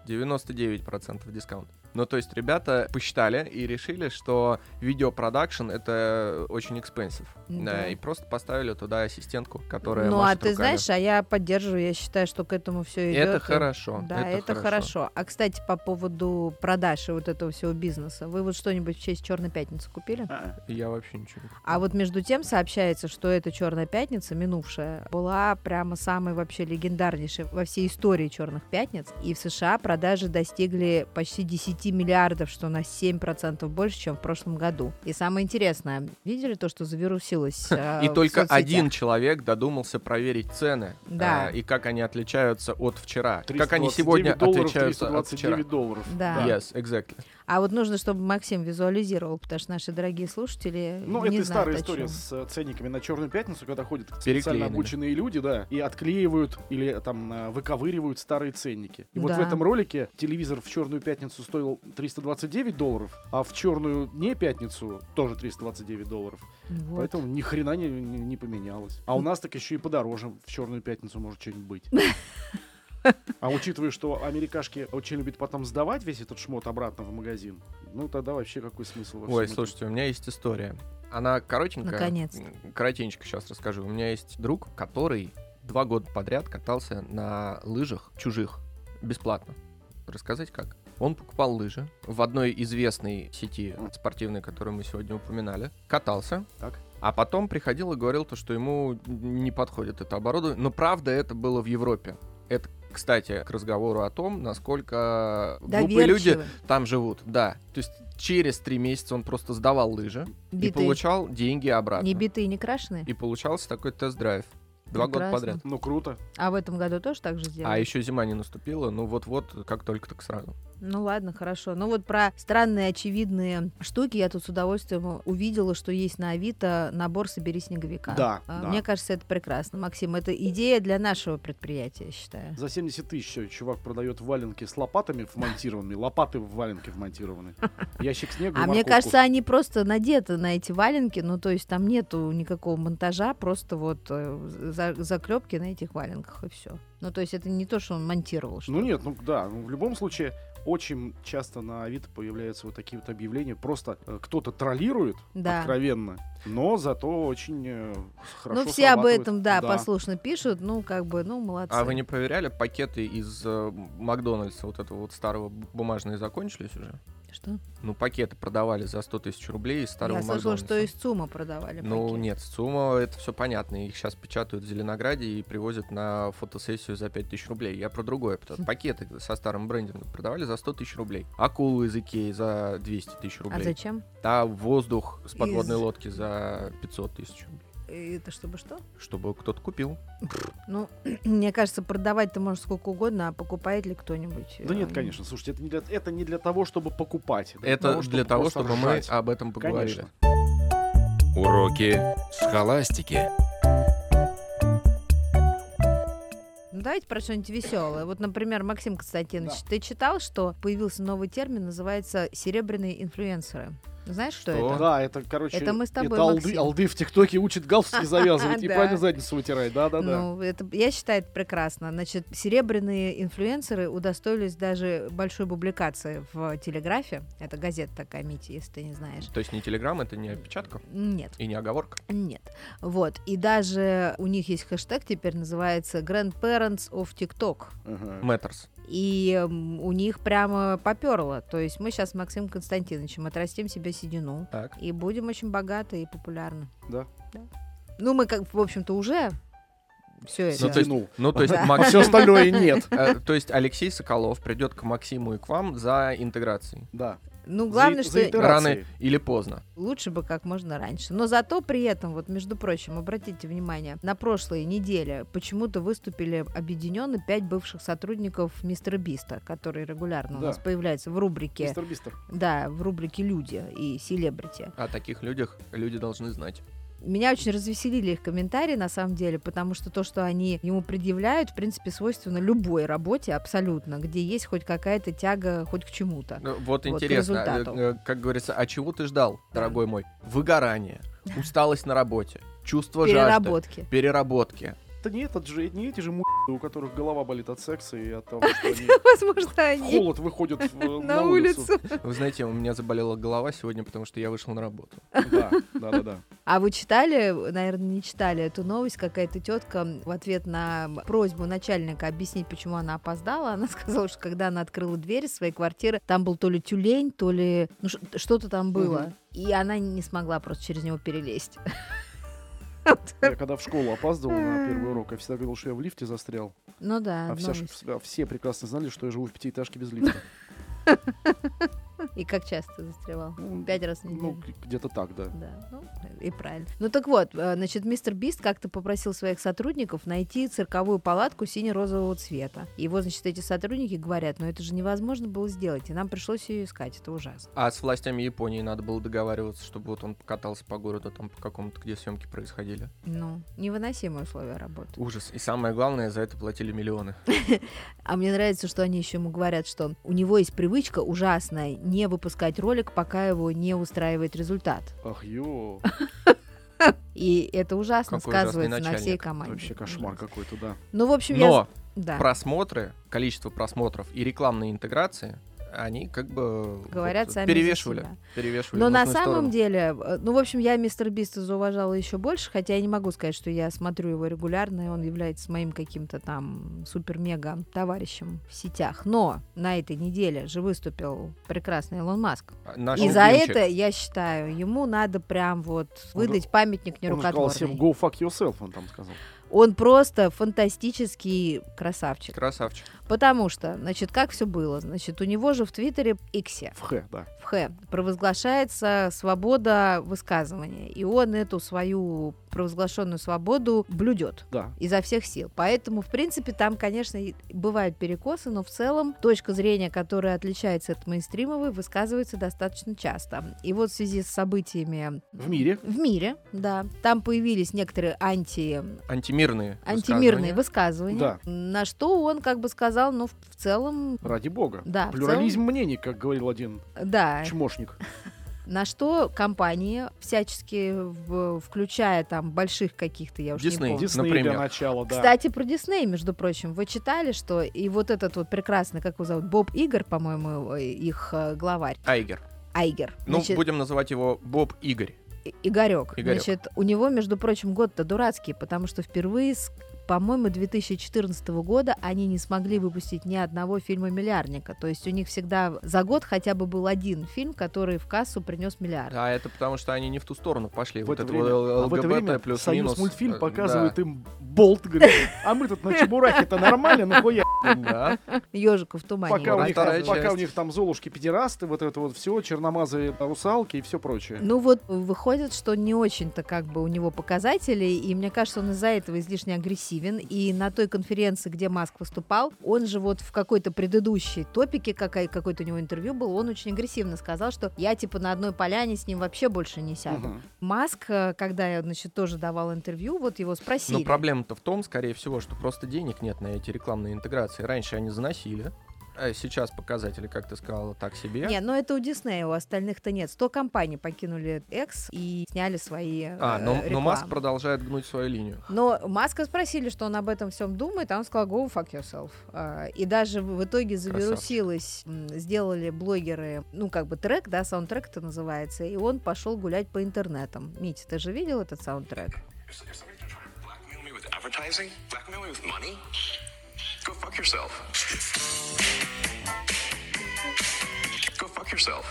Speaker 1: 99% дискаунт. Ну, то есть ребята посчитали и решили, что видеопродакшн — это очень expensive.
Speaker 3: Да.
Speaker 1: Да, и просто поставили туда ассистентку, которая
Speaker 3: ну а
Speaker 1: машет
Speaker 3: ты
Speaker 1: руками.
Speaker 3: знаешь, а я поддерживаю, я считаю, что к этому все идет.
Speaker 1: Это хорошо.
Speaker 3: Да, это, хорошо. А кстати, по поводу продаж и вот этого всего бизнеса, вы вот что-нибудь в честь Черной пятницы купили?
Speaker 2: А,
Speaker 1: Я вообще ничего не куплю.
Speaker 3: А вот между тем сообщается, что эта Черная пятница, минувшая, была прямо самой вообще легендарнейшей во всей истории Черных пятниц. И в США продажи достигли почти 10 миллиардов, что на 7% больше, чем в прошлом году. И самое интересное, видели то, что завирусилось? э,
Speaker 1: И
Speaker 3: в
Speaker 1: только
Speaker 3: соцсетях?
Speaker 1: один человек додумался проверить цены.
Speaker 3: Да.
Speaker 1: а, и как они отличаются от вчера. Как они
Speaker 2: 329
Speaker 1: сегодня
Speaker 2: долларов,
Speaker 1: отличаются от вчера.
Speaker 2: 329 долларов.
Speaker 3: Да.
Speaker 1: Yes, exactly.
Speaker 3: А вот нужно, чтобы Максим визуализировал, потому что наши дорогие слушатели
Speaker 2: Ну, это
Speaker 3: не
Speaker 2: и
Speaker 3: знают,
Speaker 2: старая
Speaker 3: о
Speaker 2: история
Speaker 3: чем.
Speaker 2: с э, ценниками на Черную Пятницу, когда ходят специально
Speaker 1: переклеенными.
Speaker 2: обученные люди, да, и отклеивают или там э, выковыривают старые ценники. И вот в
Speaker 3: Да.
Speaker 2: этом ролике телевизор в Черную Пятницу стоил 329 долларов, а в Черную не Пятницу тоже 329 долларов.
Speaker 3: Вот.
Speaker 2: Поэтому ни хрена не, не- не поменялось. А у нас так еще и подороже в Черную Пятницу может что-нибудь быть. А учитывая, что америкашки очень любят потом сдавать весь этот шмот обратно в магазин, ну тогда вообще какой смысл? во всем
Speaker 1: Ой,
Speaker 2: этом?
Speaker 1: слушайте, у меня есть история. Она коротенькая.
Speaker 3: Наконец-то.
Speaker 1: М, Коротенько сейчас расскажу. У меня есть друг, который два года подряд катался на лыжах чужих бесплатно. Рассказать как? Он покупал лыжи в одной известной сети спортивной, которую мы сегодня упоминали. Катался.
Speaker 2: Так.
Speaker 1: А потом приходил и говорил то, что ему не подходит это оборудование. Но правда это было в Европе. Это, кстати, к разговору о том, насколько глупые люди
Speaker 3: Доверчивы,
Speaker 1: там живут, да. То есть через три месяца он просто сдавал лыжи и
Speaker 3: битые.
Speaker 1: получал деньги обратно.
Speaker 3: Не битые, не крашеные.
Speaker 1: И получался такой тест-драйв. Два года
Speaker 3: Прекрасно.
Speaker 1: подряд.
Speaker 2: Ну круто.
Speaker 3: А в этом году тоже так же сделали?
Speaker 1: А еще зима не наступила, ну вот-вот, как только так сразу.
Speaker 3: Ну ладно, хорошо. Ну вот про странные очевидные штуки я тут с удовольствием увидела, что есть на Авито набор «Собери снеговика».
Speaker 2: Да,
Speaker 3: А,
Speaker 2: да.
Speaker 3: Мне кажется, это прекрасно, Максим. Это идея для нашего предприятия, я считаю.
Speaker 2: За 70 тысяч чувак продает валенки с лопатами вмонтированными, лопаты в валенки вмонтированы. Ящик снега и
Speaker 3: А мне
Speaker 2: морковку.
Speaker 3: кажется, они просто надеты на эти валенки, ну то есть там нету никакого монтажа, просто вот э, заклепки на этих валенках и все. Ну то есть это не то, что он монтировал. Что
Speaker 2: Ну нет, ну да, ну, в любом случае очень часто на Авито появляются вот такие вот объявления. Просто э, кто-то троллирует
Speaker 3: Да.
Speaker 2: откровенно, но зато очень э, хорошо
Speaker 3: ну все об
Speaker 2: срабатывает.
Speaker 3: этом, да, послушно пишут, ну как бы, ну молодцы.
Speaker 1: А вы не проверяли пакеты из э, Макдональдса, вот этого вот старого б- бумажные закончились уже?
Speaker 3: Что?
Speaker 1: Ну, пакеты продавали за 100 тысяч рублей из старого
Speaker 3: Я слышала,
Speaker 1: Макдональдса.
Speaker 3: что из ЦУМа продавали.
Speaker 1: Ну
Speaker 3: пакет.
Speaker 1: нет, сумма, это все понятно. Их сейчас печатают в Зеленограде и привозят на фотосессию за 5000 рублей. Я про другое. потому- Пакеты со старым брендингом продавали за 100 тысяч рублей. Акулу из Икеи за 200 тысяч
Speaker 3: А
Speaker 1: рублей.
Speaker 3: зачем?
Speaker 1: Да, воздух с подводной
Speaker 3: Из-
Speaker 1: лодки за 500 тысяч рублей.
Speaker 3: И Это чтобы что?
Speaker 1: Чтобы кто-то купил.
Speaker 3: Ну, мне кажется, продавать ты можешь сколько угодно, а покупает ли кто-нибудь?
Speaker 2: Да нет,
Speaker 3: э,
Speaker 2: конечно, слушайте, это не для, это не для того, чтобы покупать.
Speaker 1: Это для того,
Speaker 2: просто
Speaker 1: чтобы мы А,
Speaker 2: ржать.
Speaker 1: об этом поговорили.
Speaker 2: Конечно.
Speaker 4: Уроки схоластики.
Speaker 3: Ну, давайте про что-нибудь веселое. Вот, например, Максим Константинович, ты читал, что появился новый термин, называется серебряные инфлюенсеры. Знаешь, что,
Speaker 1: Что?
Speaker 3: это?
Speaker 2: Да, это, короче,
Speaker 3: Это мы с тобой,
Speaker 2: это алды,
Speaker 3: Максим.
Speaker 2: алды в ТикТоке учат галстуки завязывать и
Speaker 3: Да.
Speaker 2: правильно задницу вытирать, да-да-да.
Speaker 3: Ну, это, я считаю, это прекрасно. Значит, серебряные инфлюенсеры удостоились даже большой публикации в Телеграфе. Это газета такая, Мити, если ты не знаешь.
Speaker 1: То есть не телеграм, это не опечатка
Speaker 3: Нет.
Speaker 1: и не оговорка.
Speaker 3: Нет. Вот. И даже у них есть хэштег теперь называется Grandparents of TikTok.
Speaker 2: Ага.
Speaker 1: Matters.
Speaker 3: И м, у них прямо поперло. То есть мы сейчас с Максимом Константиновичем отрастим себе седину
Speaker 1: Так.
Speaker 3: и будем очень богаты и популярны.
Speaker 2: Да.
Speaker 3: Ну, мы, как, в общем-то, уже все это.
Speaker 1: Ну, то есть-
Speaker 2: Затянул.
Speaker 1: Ну, то есть,
Speaker 3: Да. А
Speaker 1: Макс-
Speaker 2: Все остальное нет.
Speaker 1: э, то есть Алексей Соколов придет к Максиму и к вам за интеграцией.
Speaker 2: Да.
Speaker 3: Ну, главное,
Speaker 2: за
Speaker 3: что
Speaker 2: интер- Интеграцией.
Speaker 1: Рано или поздно.
Speaker 3: лучше бы как можно раньше. Но зато при этом, вот, между прочим, обратите внимание, на прошлой неделе почему-то выступили объединенно пять бывших сотрудников Мистера Биста, которые регулярно у
Speaker 2: Да.
Speaker 3: нас появляются в рубрике,
Speaker 2: Мистер Бистер.
Speaker 3: да, в рубрике «Люди» и «Селебрити».
Speaker 1: О таких людях люди должны знать.
Speaker 3: Меня очень развеселили их комментарии, на самом деле, потому что то, что они ему предъявляют, в принципе, свойственно любой работе абсолютно, где есть хоть какая-то тяга хоть к чему-то.
Speaker 1: Ну, Вот
Speaker 3: Вот к
Speaker 1: интересно, э,
Speaker 3: результату.
Speaker 1: э, как говорится, а чего ты ждал, дорогой мой? Выгорание, усталость на работе, чувство жажды,
Speaker 3: Переработки.
Speaker 1: переработки.
Speaker 2: Да не этот же, не эти же му***, у которых голова болит от секса и от того, что они
Speaker 3: Возможно,
Speaker 2: в
Speaker 3: они
Speaker 2: холод выходят в- э,
Speaker 3: на улицу.
Speaker 1: Вы знаете, у меня заболела голова сегодня, потому что я вышел на работу.
Speaker 2: Да, да, да, да.
Speaker 3: А вы читали, наверное, не читали эту новость, какая-то тетка в ответ на просьбу начальника объяснить, почему она опоздала, она сказала, что когда она открыла дверь своей квартиры, там был то ли тюлень, то ли ну, ш- что-то там было.
Speaker 2: Мгм.
Speaker 3: И она не смогла просто через него перелезть.
Speaker 2: Я когда в школу опаздывал на первый урок, я всегда говорил, что я в лифте застрял.
Speaker 3: Ну да,
Speaker 2: А вся ж-
Speaker 3: новость.
Speaker 2: вся- все прекрасно знали, что я живу в пятиэтажке без лифта.
Speaker 3: И как часто застревал?
Speaker 2: Ну,
Speaker 3: Пять раз в
Speaker 2: Ну,
Speaker 3: неделю.
Speaker 2: г- где-то так, да.
Speaker 3: Да, ну и правильно. Ну так вот, э, значит, мистер Бист как-то попросил своих сотрудников найти цирковую палатку сине-розового цвета. И вот, значит, эти сотрудники говорят, ну это же невозможно было сделать, и нам пришлось ее искать, это ужасно.
Speaker 1: А с властями Японии надо было договариваться, чтобы вот он покатался по городу, там по какому-то, где съемки происходили.
Speaker 3: Ну, невыносимые условия работы.
Speaker 1: Ужас. И самое главное, за это платили миллионы.
Speaker 3: А мне нравится, что они еще ему говорят, что у него есть привычка ужасная не выпускать ролик, пока его не устраивает результат.
Speaker 2: Ах, ё,
Speaker 3: И это ужасно
Speaker 1: Какой ужасный
Speaker 3: сказывается на
Speaker 1: начальник.
Speaker 3: всей команде.
Speaker 2: вообще кошмар какой-то, да.
Speaker 3: Ну, в общем, я...
Speaker 1: Но
Speaker 3: Да.
Speaker 1: просмотры, количество просмотров и рекламные интеграции, они как бы
Speaker 3: Говорят
Speaker 1: вот
Speaker 3: сами за
Speaker 1: перевешивали.
Speaker 3: себя.
Speaker 1: перевешивали
Speaker 2: Ну,
Speaker 3: Но
Speaker 1: в
Speaker 3: на
Speaker 1: нужную
Speaker 3: самом
Speaker 1: сторону.
Speaker 3: деле, э, ну, в общем, я мистер Биста зауважала еще больше, хотя я не могу сказать, что я смотрю его регулярно, и он является моим каким-то там супер-мега товарищем в сетях. Но на этой неделе же выступил прекрасный Илон Маск.
Speaker 2: А
Speaker 1: Наш
Speaker 3: и за
Speaker 1: любимчик.
Speaker 3: это, я считаю, ему надо прям вот
Speaker 2: Он же-
Speaker 3: выдать памятник
Speaker 2: Он же сказал всем
Speaker 3: нерукотворный.
Speaker 2: go fuck yourself, он там сказал.
Speaker 3: Он просто фантастический красавчик.
Speaker 1: Красавчик.
Speaker 3: Потому что, значит, как все было? Значит, у него же в Твиттере Иксе
Speaker 2: В х, да.
Speaker 3: в Х провозглашается свобода высказывания. И он эту свою провозглашенную свободу блюдет
Speaker 2: Да.
Speaker 3: изо всех сил. Поэтому, в принципе, там, конечно, и бывают перекосы, но в целом точка зрения, которая отличается от мейнстримовой, высказывается достаточно часто. И вот в связи с событиями
Speaker 2: В мире.
Speaker 3: в мире, да, там появились некоторые анти,
Speaker 1: Антимирные.
Speaker 3: антимирные
Speaker 1: высказывания.
Speaker 3: высказывания,
Speaker 2: Да.
Speaker 3: на что он как бы сказал, ну, в в целом,
Speaker 2: Ради бога.
Speaker 3: Да, в
Speaker 2: Плюрализм мнений, как говорил один А
Speaker 3: да,
Speaker 2: чмошник.
Speaker 3: На что компании всячески, в- включая там больших каких-то, я уже
Speaker 1: Disney.
Speaker 3: не помню.
Speaker 2: Дисней для
Speaker 1: Например.
Speaker 2: начала, да.
Speaker 3: Кстати, про Дисней, между прочим, вы читали, что и вот этот вот прекрасный, как его зовут, Боб Игорь, по-моему, э, их э, главарь,
Speaker 1: Айгер.
Speaker 3: Айгер,
Speaker 1: Ну, будем называть его Боб Игорь.
Speaker 3: Игорек,
Speaker 1: Игорёк.
Speaker 3: значит, у него, между прочим, год-то дурацкий, потому что впервые с по-моему, 2014 года они не смогли выпустить ни одного фильма «Миллиардника». То есть у них всегда за год хотя бы был один фильм, который в кассу принес миллиард.
Speaker 1: А это потому, что они не в ту сторону пошли.
Speaker 2: В
Speaker 1: вот
Speaker 2: это
Speaker 1: это
Speaker 2: время-
Speaker 1: вот
Speaker 2: а в это
Speaker 1: LGBT
Speaker 2: время
Speaker 1: плюс
Speaker 2: Союз
Speaker 1: минус.
Speaker 2: мультфильм
Speaker 1: э,
Speaker 2: показывает им болт, говорит, а мы тут на чебурахе-то нормально, нахуя?
Speaker 1: Да. да.
Speaker 3: Ёжиков в тумане.
Speaker 2: Пока, у
Speaker 3: его
Speaker 2: них,
Speaker 1: Вторая
Speaker 2: там, пока
Speaker 1: часть.
Speaker 2: у них там золушки педерасты, вот это вот все, черномазые русалки и все прочее.
Speaker 3: Ну вот выходит, что не очень-то как бы у него показатели, и мне кажется, он из-за этого излишне агрессивен. И на той конференции, где Маск выступал, он же вот в какой-то предыдущей топике, какая- какое-то у него интервью было, он очень агрессивно сказал, что я типа на одной поляне с ним вообще больше не сяду.
Speaker 2: Мгм.
Speaker 3: Маск, э, когда я, значит, тоже давал интервью, вот его спросили.
Speaker 1: Но проблема-то в том, скорее всего, что просто денег нет на эти рекламные интеграции. Раньше они заносили. а Сейчас показатели, как ты сказала, так себе.
Speaker 3: Не, но это у Диснея, у остальных-то нет. 100 компаний покинули X и сняли свои
Speaker 1: А,
Speaker 3: э,
Speaker 1: но, но Маск
Speaker 3: рекламы.
Speaker 1: продолжает гнуть свою линию.
Speaker 3: Но Маска спросили, что он об этом всем думает, а он сказал go fuck yourself. А, И даже в итоге завирусилось, м, сделали блогеры, ну как бы трек, да, саундтрек это называется, и он пошел гулять по интернетам. Митя, ты же видел этот саундтрек?
Speaker 5: If if somebody's gonna try to blackmail me with advertising, blackmail me with money, go fuck yourself. Go fuck yourself.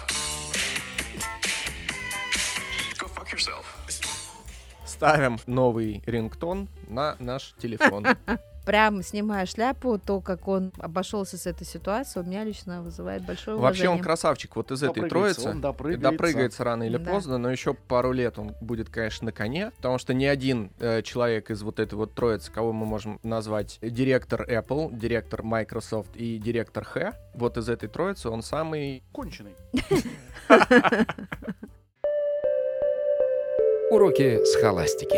Speaker 5: Go fuck yourself.
Speaker 1: Ставим новый рингтон на наш телефон.
Speaker 3: Прям снимая шляпу, то, как он обошелся с этой ситуацией, у меня лично вызывает большое
Speaker 1: Вообще
Speaker 3: уважение.
Speaker 1: он красавчик вот из этой
Speaker 2: Допрыгается,
Speaker 1: троицы.
Speaker 2: он допрыгается.
Speaker 1: Допрыгается рано или
Speaker 3: Да.
Speaker 1: поздно, но еще пару лет он будет, конечно, на коне, потому что ни один э, человек из вот этой вот троицы, кого мы можем назвать директор Apple, директор Microsoft и директор Х, вот из этой троицы он самый...
Speaker 2: Конченый.
Speaker 4: Уроки схоластики.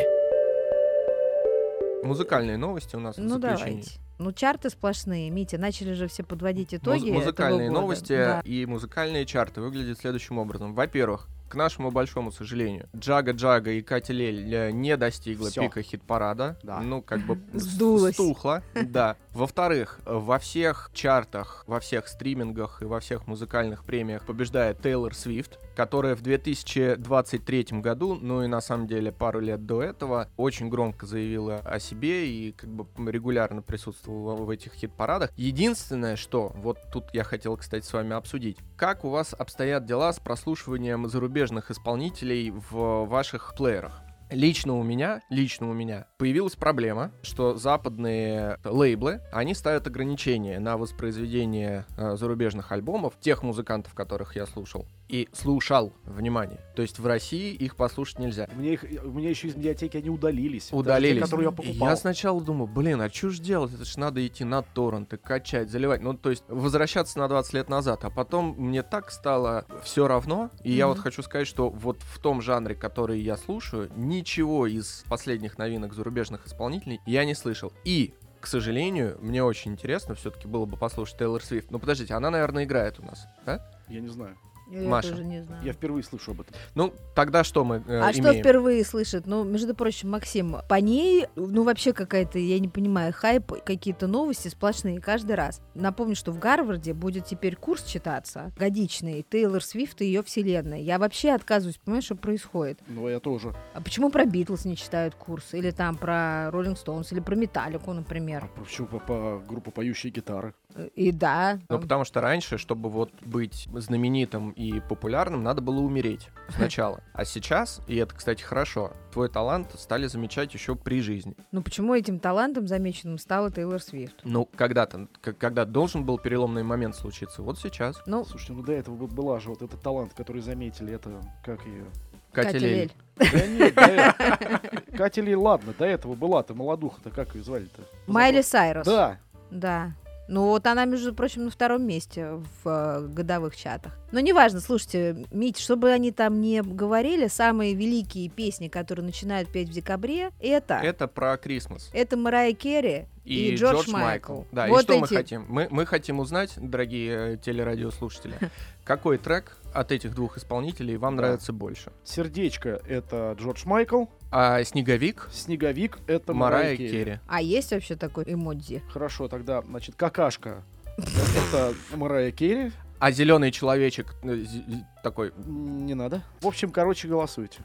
Speaker 1: Музыкальные новости у нас в
Speaker 3: Ну
Speaker 1: заключении.
Speaker 3: давайте. Ну чарты сплошные, Митя, начали же все подводить
Speaker 1: Муз-
Speaker 3: итоги. этого
Speaker 1: музыкальные
Speaker 3: года.
Speaker 1: новости
Speaker 3: Да.
Speaker 1: и музыкальные чарты выглядят следующим образом. Во-первых, к нашему большому сожалению, Джага Джага и Катя Лель э, не достигла
Speaker 2: Всё.
Speaker 1: пика хит-парада.
Speaker 2: Да.
Speaker 1: Ну, как бы с-
Speaker 3: Сдулась.
Speaker 1: стухла. Да. Во-вторых, э, во всех чартах, во всех стримингах и во всех музыкальных премиях побеждает Тейлор Свифт, которая в 2023 году, ну и на самом деле пару лет до этого, очень громко заявила о себе и как бы регулярно присутствовала в этих хит-парадах. Единственное, что, вот тут я хотел, кстати, с вами обсудить, как у вас обстоят дела с прослушиванием зарубежных исполнителей в ваших плеерах? Лично у меня, лично у меня появилась проблема, что западные лейблы, они ставят ограничения на воспроизведение э, зарубежных альбомов тех музыкантов, которых я слушал и слушал, внимание. То есть в России их послушать нельзя.
Speaker 2: У меня, их, у меня еще из медиатеки они удалились. Даже
Speaker 1: Удалились.
Speaker 2: Те, которые я
Speaker 1: И
Speaker 2: покупал.
Speaker 1: Я сначала думал, блин, а что ж делать? Это ж надо идти на торренты, качать, заливать. Ну, то есть возвращаться на 20 лет назад. А потом мне так стало все равно. И я
Speaker 3: Мгм.
Speaker 1: вот хочу сказать, что вот в том жанре, который я слушаю, ничего из последних новинок зарубежных исполнителей я не слышал. И к сожалению, мне очень интересно все-таки было бы послушать Тейлор Свифт. Ну, подождите, она, наверное, играет у нас, да?
Speaker 2: Я не знаю.
Speaker 3: Я
Speaker 1: Маша.
Speaker 3: тоже не знаю.
Speaker 2: Я впервые слышу об этом.
Speaker 1: Ну, тогда что мы э,
Speaker 3: А что
Speaker 1: имеем?
Speaker 3: впервые слышит? Ну, между прочим, Максим, по ней, ну, вообще какая-то, я не понимаю, хайп, какие-то новости сплошные каждый раз. Напомню, что в Гарварде будет теперь курс читаться, годичный, Тейлор Свифт и ее вселенная. Я вообще отказываюсь, понимаешь, что происходит.
Speaker 2: Но я тоже.
Speaker 3: А почему про Битлз не читают курс? Или там про Роллинг Стоунс, или про Металлику,
Speaker 2: А
Speaker 3: например.
Speaker 2: почему по, по группу поющие гитары?
Speaker 3: И да.
Speaker 1: Ну,
Speaker 3: там-
Speaker 1: потому что раньше, чтобы вот быть знаменитым и популярным, надо было умереть сначала. А сейчас, и это, кстати, хорошо, твой талант стали замечать еще при жизни.
Speaker 3: ну, почему этим талантом замеченным стала Тейлор Свифт?
Speaker 1: Ну, когда-то, к- когда должен был переломный момент случиться, вот сейчас.
Speaker 3: Ну,
Speaker 2: Слушайте, ну до этого был- была же вот этот талант, который заметили, это как ее?
Speaker 1: Катя Лель.
Speaker 2: Да нет, до этого. Катя Ли, ладно, до этого была-то молодуха-то, как ее звали-то?
Speaker 3: Майли Сайрус.
Speaker 2: Да,
Speaker 3: Да. Ну вот она, между прочим, на втором месте в э, годовых чатах. Но неважно, слушайте, Мить, чтобы они там не говорили, самые великие песни, которые начинают петь в декабре, это...
Speaker 1: Это про Крисмас.
Speaker 3: Это Марая Керри и, Джордж, Майкл.
Speaker 1: Да,
Speaker 3: вот
Speaker 1: и что мы
Speaker 3: эти-
Speaker 1: хотим? Мы, мы хотим узнать, дорогие э, телерадиослушатели, какой трек от этих двух исполнителей вам
Speaker 2: Да.
Speaker 1: нравится больше.
Speaker 2: сердечко — это Джордж Майкл,
Speaker 1: А Снеговик,
Speaker 2: снеговик — это
Speaker 1: Марая
Speaker 2: Марая Керри.
Speaker 1: Керри.
Speaker 3: А есть вообще такой эмодзи?
Speaker 2: Хорошо, тогда, значит, какашка — это Марая Керри.
Speaker 1: А зеленый человечек э, з- з- такой,
Speaker 2: М, Не надо. В общем, короче, голосуйте.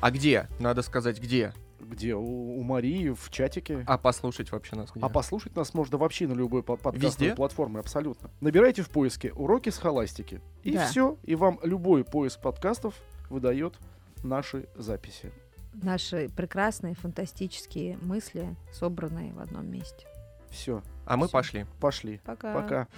Speaker 1: а где? Надо сказать, где?
Speaker 2: Где? У, у Марии в чатике.
Speaker 1: А послушать вообще нас где?
Speaker 2: А послушать нас можно вообще на любой под- подкастовой
Speaker 1: Везде?
Speaker 2: платформе, абсолютно. Набирайте в поиске «Уроки с холастики». И
Speaker 3: Да.
Speaker 2: все. И вам любой поиск подкастов выдает наши записи.
Speaker 3: Наши прекрасные, фантастические мысли, собранные в одном месте.
Speaker 2: Все,
Speaker 1: А мы пошли.
Speaker 2: пошли. Пока.